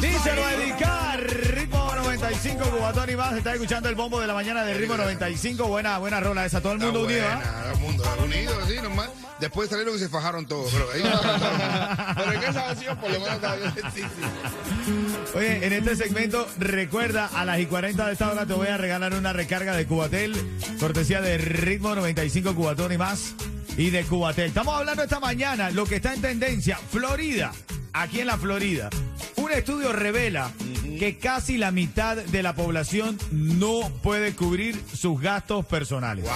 Díselo a dedicar, Ritmo 95, Cubatón y más. Está escuchando el bombo de la mañana de Ritmo 95. Buena, buena rola esa. Todo el mundo unido, buena, ¿ah? todo el mundo unido, así nomás. Después salieron y se fajaron todos, pero ahí no cantaron. Pero en esa canción por lo menos estaba bien. Sí, sí. Oye, en este segmento, recuerda, a las y 40 de esta hora te voy a regalar una recarga de Cubatel, cortesía de Ritmo 95, Cubatón y más, y de Cubatel. Estamos hablando esta mañana, lo que está en tendencia, Florida, aquí en la Florida. Un estudio revela que casi la mitad de la población no puede cubrir sus gastos personales. Wow.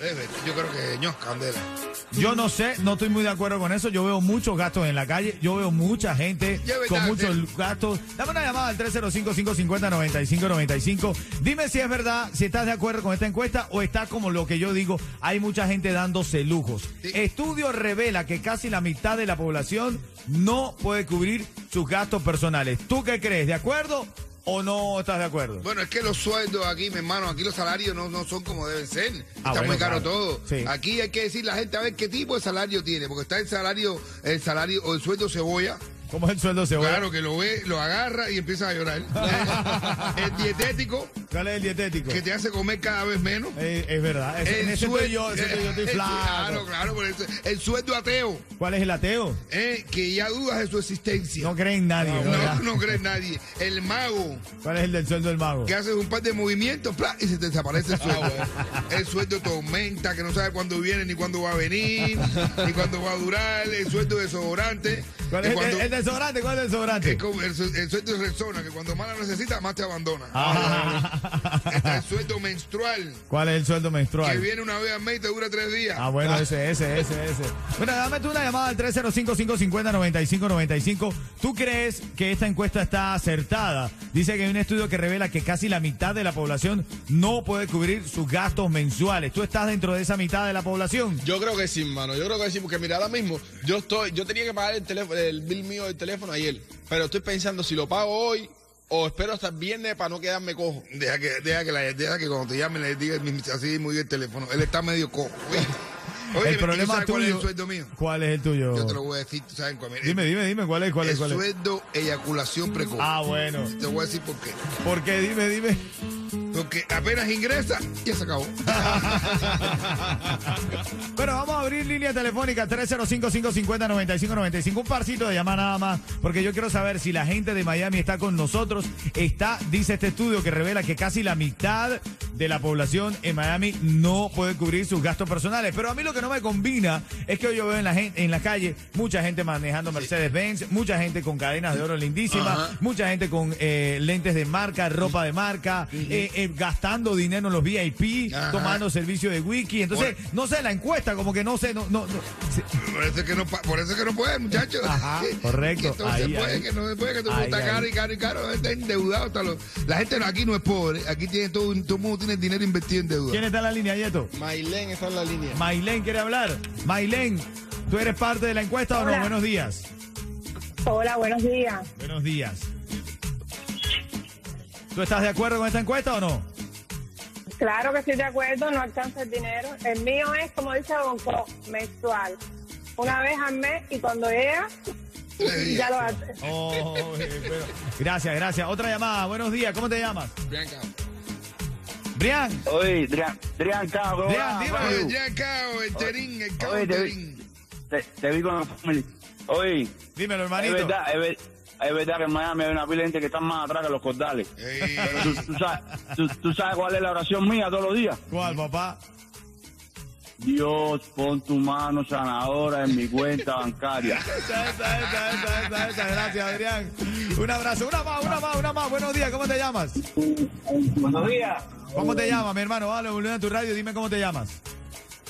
Eh, Yo creo que ños, candela. Yo no sé, no estoy muy de acuerdo con eso. Yo veo muchos gastos en la calle, yo veo mucha gente Ya, ¿verdad? con muchos Sí. gastos. Dame una llamada al 305-550-9595. Dime si es verdad, si estás de acuerdo con esta encuesta o está como lo que yo digo, hay mucha gente dándose lujos. Sí. Estudio revela que casi la mitad de la población no puede cubrir sus gastos personales. ¿Tú qué crees? ¿De acuerdo o no estás de acuerdo? Bueno, es que los sueldos aquí, mi hermano, aquí los salarios no, no son como deben Ah, ser. está bueno, muy caro claro. todo. Sí. Aquí hay que decir la gente a ver qué tipo de salario tiene, porque está el salario, el salario o el sueldo cebolla. ¿Cómo es el sueldo cebolla? Claro que lo ve, lo agarra y empieza a llorar. el dietético ¿Cuál es el dietético? que te hace comer cada vez menos. Eh, es verdad, es- en ese suel- estoy yo, ese estoy yo, estoy el- flaco. eh, Claro, claro, por eso. El sueldo ateo, ¿Cuál es el ateo? eh, que ya dudas de su existencia. No cree en nadie. no, ¿verdad? no cree nadie. El mago, ¿Cuál es el del sueldo del mago? que haces un par de movimientos ¡pla! y se te desaparece el sueldo. Ah, el sueldo tormenta, que no sabe cuándo viene, ni cuándo va a venir, ni cuándo va a durar. El sueldo desodorante. ¿Cuál que es el, cuando- el desodorante? ¿Cuál es el es desodorante? como el, su- el sueldo resona, que cuando más la necesitas, más te abandona. Ah. Está el sueldo menstrual, ¿Cuál es el sueldo que menstrual? viene una vez al mes y te dura tres días. Ah, bueno, ese, ese, ese, ese. Bueno, dame tú una llamada al 305-550-9595. ¿Tú crees que esta encuesta está acertada? Dice que hay un estudio que revela que casi la mitad de la población no puede cubrir sus gastos mensuales. ¿Tú estás dentro de esa mitad de la población? Yo creo que sí, mano. Yo creo que sí, porque mira, ahora mismo yo estoy, yo tenía que pagar el teléfono, el bill mío del teléfono ayer, pero estoy pensando si lo pago hoy o espero hasta el viernes para no quedarme cojo. Deja que, deja que, la, deja que cuando te llamen le digas así muy bien el teléfono. Él está medio cojo. Oye, oye, el ¿tú problema sabes tuyo. cuál es el sueldo mío? ¿Cuál es el tuyo? Yo te lo voy a decir, tú sabes cuál es. Dime, dime, dime, ¿cuál es, cuál El es, cuál es? sueldo eyaculación precoz. Ah, bueno. Te voy a decir por qué. ¿Por qué? Dime, dime. Porque apenas ingresa, ya se acabó. Bueno, vamos a abrir línea telefónica 305-550-9595. Un parcito de llamada nada más, porque yo quiero saber si la gente de Miami está con nosotros. Está, dice este estudio que revela que casi la mitad de la población en Miami no puede cubrir sus gastos personales. Pero a mí lo que no me combina es que hoy yo veo en la, gente, en la calle mucha gente manejando Mercedes-Benz, mucha gente con cadenas de oro lindísimas, mucha gente con eh, lentes de marca, ropa de marca, eh, eh, gastando dinero en los VIP, Ajá. tomando servicio de wiki. Entonces, Bueno. no sé, la encuesta, como que no sé, no, no, no. Sí. Por eso es que no, pa- por eso es que no puede, muchachos. Ajá, Que correcto. esto no Ahí, se puede, ahí. que no se puede, que todo el mundo Ahí, está caro ahí. y caro y caro. Está endeudado hasta los... La gente no- aquí no es pobre. Aquí tiene todo, todo el mundo tiene dinero invertido en deuda. ¿Quién está en la línea, Yeto? Mailén está en la línea. Mailén quiere hablar. Mailén, ¿tú eres parte de la encuesta o no? Hola. Buenos días. Hola, buenos días. Buenos días. ¿Tú estás de acuerdo con esta encuesta o no? Claro que estoy de acuerdo, no alcanza el dinero. El mío es, como dice Bonco, mensual. Una vez al mes y cuando llega, ya lo hace. Oh, eh, pero- Gracias, gracias. Otra llamada. Buenos días. ¿Cómo te llamas? Bianca. Brian. Oye, Drian, Drian, cabrón. Drian, dime. Oye, ya cao, el terín, el cao, Oye, el te terín. vi, te, te vi con la familia. Oye, Dímelo, es hermanito. verdad, es, ver- es verdad que en Miami hay una pila de gente que está más atrás que los cordales. Eh, Pero tú, tú sabes, tú- tú sabes cuál es la oración mía todos los días. ¿Cuál, papá? Dios, pon tu mano sanadora en mi cuenta bancaria. Esa, esa, esa, esa, esa, esa. Gracias, Adrián. Un abrazo. Una más, una más, una más. Buenos días. ¿Cómo te llamas? Buenos días, ¿Cómo te llamas, mi hermano? Vale, volviendo a tu radio, dime cómo te llamas.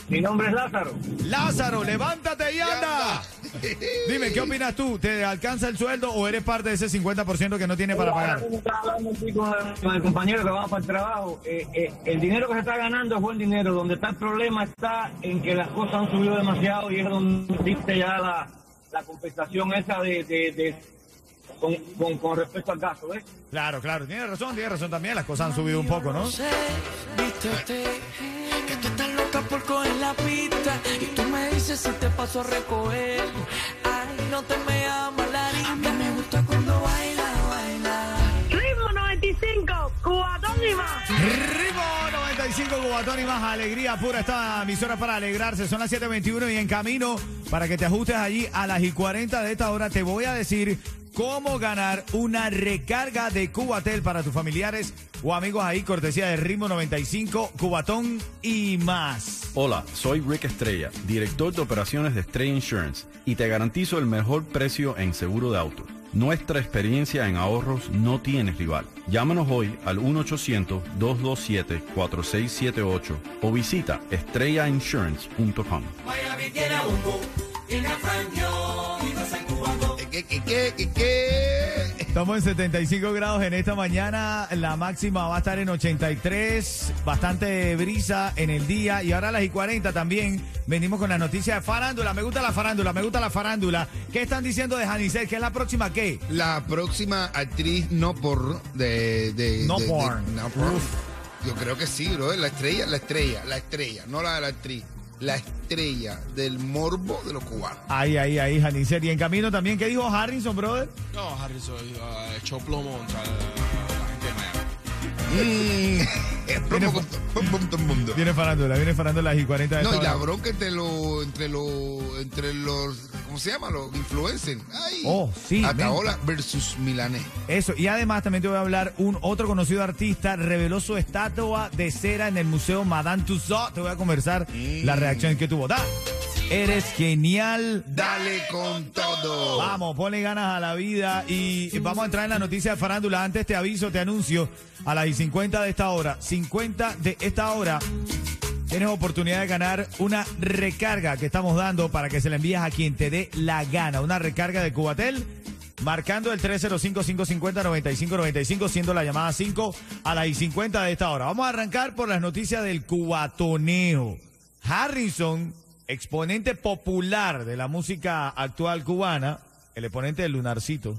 mi nombre es Lázaro. Lázaro, levántate y anda. Dime, ¿qué opinas tú? ¿Te alcanza el sueldo o eres parte de ese 50% que no tiene para pagar? Estaba hablando aquí con, con el compañero que va para el trabajo. Eh, eh, el dinero que se está ganando es buen dinero. Donde está el problema está en que las cosas han subido demasiado y es donde existe ya la, la compensación esa de, de- de- con, con- con respecto al gasto, ¿ves? Claro, claro, tienes razón, tienes razón también. Las cosas han subido un poco, ¿no? Vístete, que tú estás loca por coger la pista. Y tú me dices si te paso a recoger. Ay, no te me amas, Larita. A mí me gusta cuando baila, baila. Ritmo 95, cubatón y más. Ritmo 95 Cubatón y más alegría pura esta emisora para alegrarse. Son las 7.21 y en camino para que te ajustes allí a las y 40 de esta hora te voy a decir cómo ganar una recarga de Cubatel para tus familiares o amigos ahí, cortesía de Ritmo 95 Cubatón y más. Hola, soy Rick Estrella, director de operaciones de Estrella Insurance y te garantizo el mejor precio en seguro de auto. Nuestra experiencia en ahorros no tiene rival. Llámanos hoy al 1-800-227-4678 o visita estrellainsurance.com. Miami tiene bombo, tiene franjo y dos en cubano. ¿Qué, qué, qué, qué, qué? Estamos en 75 grados en esta mañana, la máxima va a estar en 83, bastante brisa en el día y ahora a las y 40 también venimos con la noticia de farándula, me gusta la farándula, me gusta la farándula. ¿Qué están diciendo de Janicel? ¿Qué es la próxima qué? La próxima actriz no por de, de- No de- de- porn. no porn. Uf. Yo creo que sí, bro. La estrella, la estrella, la estrella, no la de la actriz, la estrella del morbo de los cubanos. Ahí, ahí, ahí, Janicel. Y en camino también, ¿qué dijo Harrison, brother? No, Harrison ah, echó plomo contra la, la gente de Miami. Mm, el plomo con to- pum, pum, todo el mundo. Viene farándula, viene farándula a las y 40 de No, esta y la hora. bronca entre los, entre los, entre los, ¿cómo se llama? Los influencers. Ay, Oh, sí, Ataola versus Milanés. Eso, y además también te voy a hablar, un otro conocido artista reveló su estatua de cera en el Museo Madame Tussauds. Te voy a conversar la reacción que tuvo. Da, eres genial. Dale con todo. Vamos, ponle ganas a la vida y vamos a entrar en la noticia de farándula. Antes te aviso, te anuncio, a las y 50 de esta hora, 50 de esta hora, tienes oportunidad de ganar una recarga que estamos dando para que se la envíes a quien te dé la gana. Una recarga de Cubatel. Marcando el 305-550-9595, siendo la llamada 5 a las y 50 de esta hora. Vamos a arrancar por las noticias del cubatoneo. Harrison, exponente popular de la música actual cubana, el exponente del Lunarcito.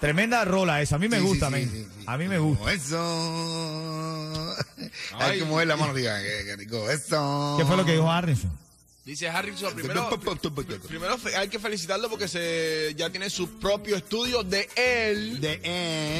Tremenda rola esa, a mí me Sí, gusta, sí, men. sí, sí, sí. a mí me gusta. Como Eso. Hay Ay. que mover la mano, diga, que- que rico, eso. ¿Qué fue lo que dijo Harrison? Dice Harrison, primero, primero fe- hay que felicitarlo porque se, ya tiene su propio estudio de él. De él.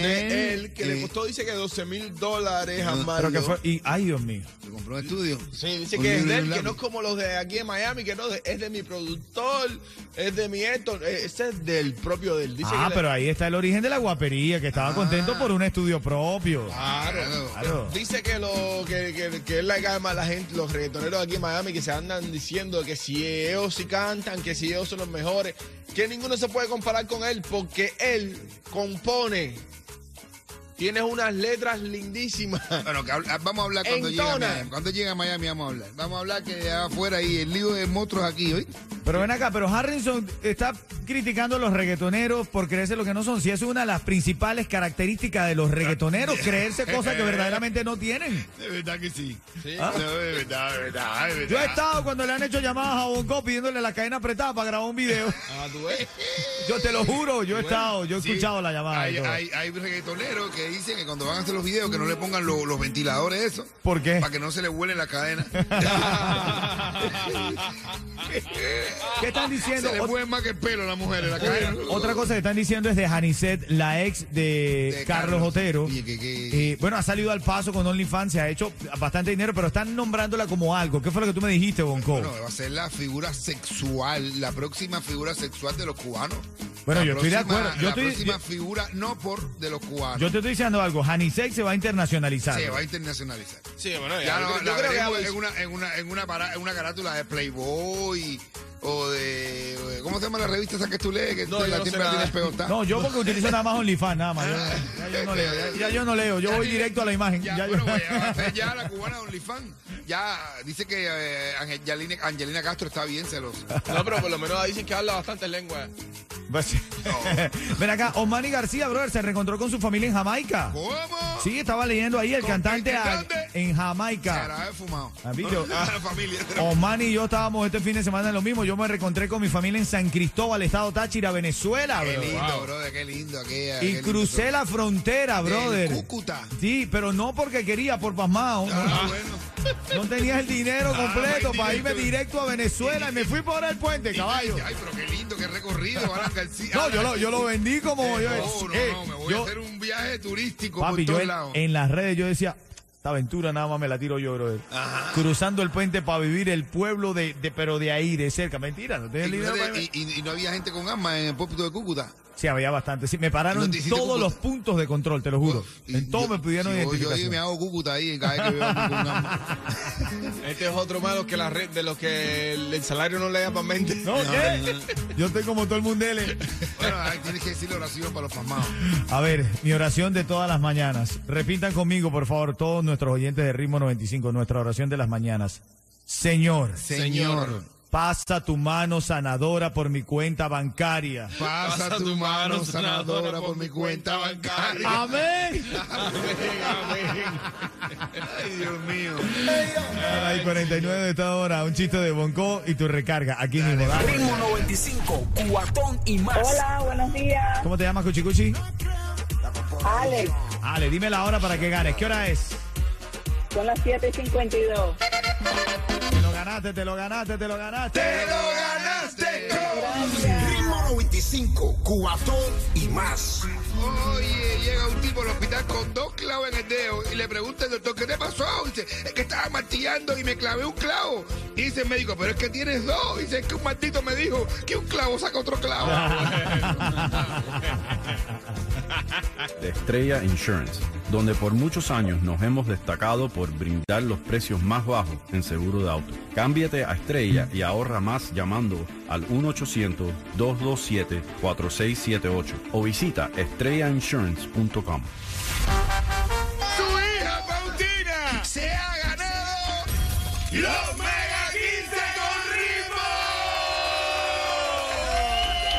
de él, Ah, que le Eh, costó, dice que 12 mil dólares a Pero Mario. que fue, y, ay Dios mío. se compró un estudio. Sí, dice Un que es libro de y él, un que no lápiz. es como los de aquí de Miami, que no, de- es de mi productor, es de mi esto, eh, ese es del propio de él. Dice Ah, que le- pero ahí está el origen de la guapería, que estaba contento por un estudio propio. Ah, Claro. Claro. Dice que lo que, que, que es la gama la gente, los reggaetoneros aquí en Miami que se andan diciendo que si ellos sí cantan, que si ellos son los mejores, que ninguno se puede comparar con él porque él compone. Tienes unas letras lindísimas. Bueno, que habla- ah, vamos a hablar cuando llega a Entona. Miami. Cuando llega a Miami vamos a hablar. Vamos a hablar que afuera ahí el lío de monstruos aquí, hoy. Pero ven acá, pero Harrison está criticando a los reggaetoneros por creerse lo que no son. Si es una de las principales características de los reggaetoneros, creerse cosas que verdaderamente no tienen. De verdad que sí. Ah. No, de verdad, de verdad, de Yo he verdad. estado cuando le han hecho llamadas a Bonco pidiéndole la cadena apretada para grabar un video. Ah, tú ves. Yo te lo juro, yo he estado, yo he Sí, escuchado la llamada. y Hay, todo. hay, hay reggaetoneros que dicen que cuando van a hacer los videos que no le pongan lo- los ventiladores, eso. ¿Por qué? Para que no se le huele la cadena. ¿Qué están diciendo? se le Ot- mueve más que el pelo a la mujer en la cadena. Otra cosa que están diciendo es de Janicet, la ex de, De Carlos, Carlos. Otero. Oye, que- que- Eh, bueno, ha salido al paso con OnlyFans, se ha hecho bastante dinero, pero están nombrándola como algo. ¿Qué fue lo que tú me dijiste, Bonco? Bueno, va a ser la figura sexual, la próxima figura sexual de los cubanos. Bueno, la yo estoy de próxima- acuerdo. Yo la estoy- próxima yo- figura no por de los cubanos. Yo te estoy diciendo algo, Hanisek se va a internacionalizar. se va a internacionalizar. Sí, bueno, Ya ya, no, yo la creo que veremos ya- en una, en una, en una, para- en una carátula de Playboy o de, o de- ¿Cómo se llama la revista esa que tú lees? Que No, te- yo la no sé siempre la nada. tienes pegotada. No, yo porque utilizo nada más OnlyFans, nada más. Yo- Ah, ya yo no leo, ya yo no leo, yo voy directo a la imagen. Ya, ya yo- bueno, pues, ya, pues, ya la cubana de OnlyFans. Ya dice que eh, Angelina, Angelina Castro está bien celosa. No, pero por lo menos dicen que habla bastantes lenguas. Pues- Ven acá, Osmani García, brother, se reencontró con su familia en Jamaica. ¿Cómo? Sí, estaba leyendo ahí el ¿Con cantante quién a- cantante? en Se la Jamaica. había fumado. Ah, Oh, ¿viste? Ah, familia. Osmani y yo estábamos este fin de semana en lo mismo. Yo me reencontré con mi familia en San Cristóbal, Estado Táchira, Venezuela, Qué bro. lindo, brother, qué lindo. Qué, qué Y lindo. crucé la frontera, Del brother. Cúcuta. Sí, pero no porque quería, por pasmao. Ah, bueno. No tenía el dinero Ah, completo no, para indirecto. irme directo a Venezuela y me fui por el puente, caballo. Ay, pero qué lindo, qué recorrido. Alan García. No, Alan yo lo, yo lo García. vendí como... yo, No, no, eh, no, me voy yo- a hacer un viaje turístico Papi, por yo todos en, lados. en las redes yo decía, esta aventura nada más me la tiro yo, brother. Cruzando el puente para vivir el pueblo de, de- pero de ahí, de cerca. Mentira, no tenía el Y, dinero para fíjate, irme. y, y- y no había gente con armas en el puerto de Cúcuta. Sí, había bastante. Sí, me pararon ¿No te en hiciste todos Cúcuta? los puntos de control, te lo juro. Y en todo yo- me pidieron si voy, Yo, identificación. ahí me hago Cúcuta ahí cada vez que veo a alguien con armas. Este es otro malo que la red de los que el, el salario no le da para mente. No, ¿qué? Yo estoy como todo el mundele. Bueno, ahí tienes que decir la oración para los pasmados. A ver, mi oración de todas las mañanas. Repitan conmigo, por favor, todos nuestros oyentes de Ritmo 95, nuestra oración de las mañanas. Señor, Señor, pasa tu mano sanadora por mi cuenta bancaria. pasa tu mano sanadora por mi cuenta bancaria. Amén. pues. Ay, Dios mío. Ay, 49 de esta hora, un chiste de Bonco y tu recarga. Aquí mismo, dale. Ritmo 95, cuatón y más. Hola, buenos días. ¿Cómo te llamas, Cuchicuchi? Alex, Ale, dime la hora para que ganes. ¿Qué hora es? son las 7:52. Te lo ganaste, te lo ganaste, te lo ganaste. ganaste! Ritmo 95, cuatón y más. Oye, llega un tipo al hospital con dos clavos en el dedo y le pregunta al doctor, ¿qué te pasó? Dice, es que estaba martillando y me clavé un clavo. Y dice el médico, pero es que tienes dos. Dice, es que un maldito me dijo que un clavo saca otro clavo. de Estrella Insurance, donde por muchos años nos hemos destacado por brindar los precios más bajos en seguro de auto. Cámbiate a Estrella y ahorra más llamando al 1-800-227-4678 o visita estrellainsurance.com. ¡Su hija Pautina se ha ganado los Mega 15 con ritmo!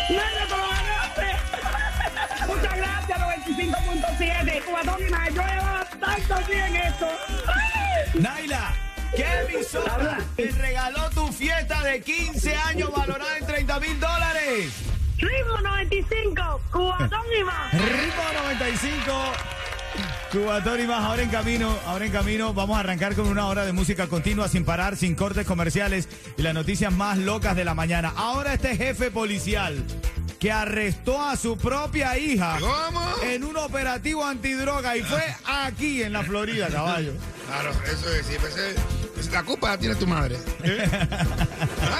¡Mira cómo ganaste! Muchas gracias, 95.7. Cubatón y más. Yo llevaba tanto bien esto. ¡Ay! Naila, ¿qué emisora te regaló tu fiesta de 15 años valorada en 30 mil dólares? Ritmo 95, Cubatón y más. Ritmo 95. Cubatón y más, ahora en camino, ahora en camino, vamos a arrancar con una hora de música continua sin parar, sin cortes comerciales y las noticias más locas de la mañana. Ahora este jefe policial que arrestó a su propia hija ¿Cómo? en un operativo antidroga y fue aquí en la Florida, caballo. Claro, eso es, sí, pues, eh, pues, la culpa la tiene tu madre.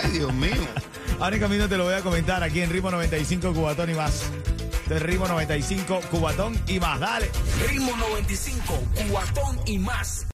Ay, Dios mío. Ahora en camino te lo voy a comentar aquí en Ritmo 95 Cubatón y más. De Ritmo 95 Cubatón y más, dale. Ritmo 95, cuatón y más.